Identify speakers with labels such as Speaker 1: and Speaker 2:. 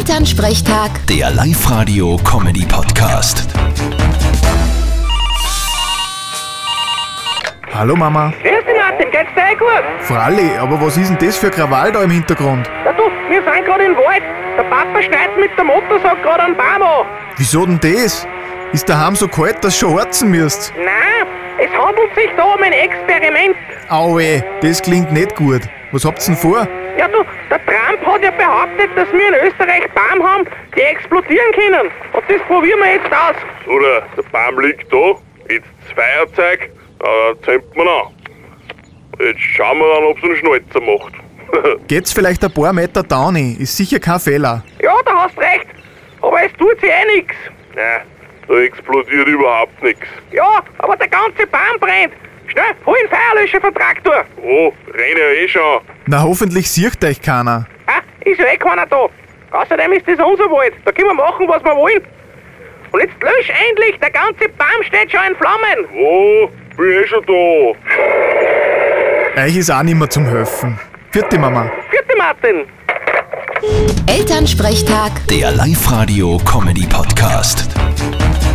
Speaker 1: Elternsprechtag,
Speaker 2: Der Live-Radio-Comedy-Podcast.
Speaker 3: Hallo Mama.
Speaker 4: Grüß dich, Martin, geht's dir eh gut?
Speaker 3: Fralli, aber was ist denn das für Krawall da im Hintergrund?
Speaker 4: Na du, wir sind gerade im Wald. Der Papa schneidet mit der Motorsack gerade einen Baum an.
Speaker 3: Wieso denn das? Ist daheim so kalt, dass schon harzen müsst?
Speaker 4: Nein, es handelt sich da um ein Experiment.
Speaker 3: Aue, eh, das klingt nicht gut. Was habt's denn vor?
Speaker 4: Ja du, der Trump hat ja behauptet, dass wir in Österreich Baum haben, die explodieren können. Und das probieren wir jetzt aus.
Speaker 5: Oder der Baum liegt da, jetzt das Feuerzeug, äh, zähmt man an. Jetzt schauen wir dann, ob es einen Schnalzer macht.
Speaker 3: Geht's vielleicht ein paar Meter downy, ist sicher kein Fehler.
Speaker 4: Ja, da hast recht. Aber es tut sich eh nix.
Speaker 5: Nein, da explodiert überhaupt nichts.
Speaker 4: Ja, aber der ganze Baum brennt. Schnell, hol den Feuerlöscher vom Traktor.
Speaker 5: Oh, renne ja eh schon.
Speaker 3: Na hoffentlich sieht euch keiner.
Speaker 4: Ah, ist ja eh keiner da. Außerdem ist das unser Wald. Da können wir machen, was wir wollen. Und jetzt lösch endlich, der ganze Baum steht schon in Flammen.
Speaker 5: Oh, bin eh schon da.
Speaker 3: Euch ist auch nimmer zum Helfen. Vierte Mama.
Speaker 4: Vierte Martin.
Speaker 1: Elternsprechtag.
Speaker 2: Der Live-Radio-Comedy-Podcast.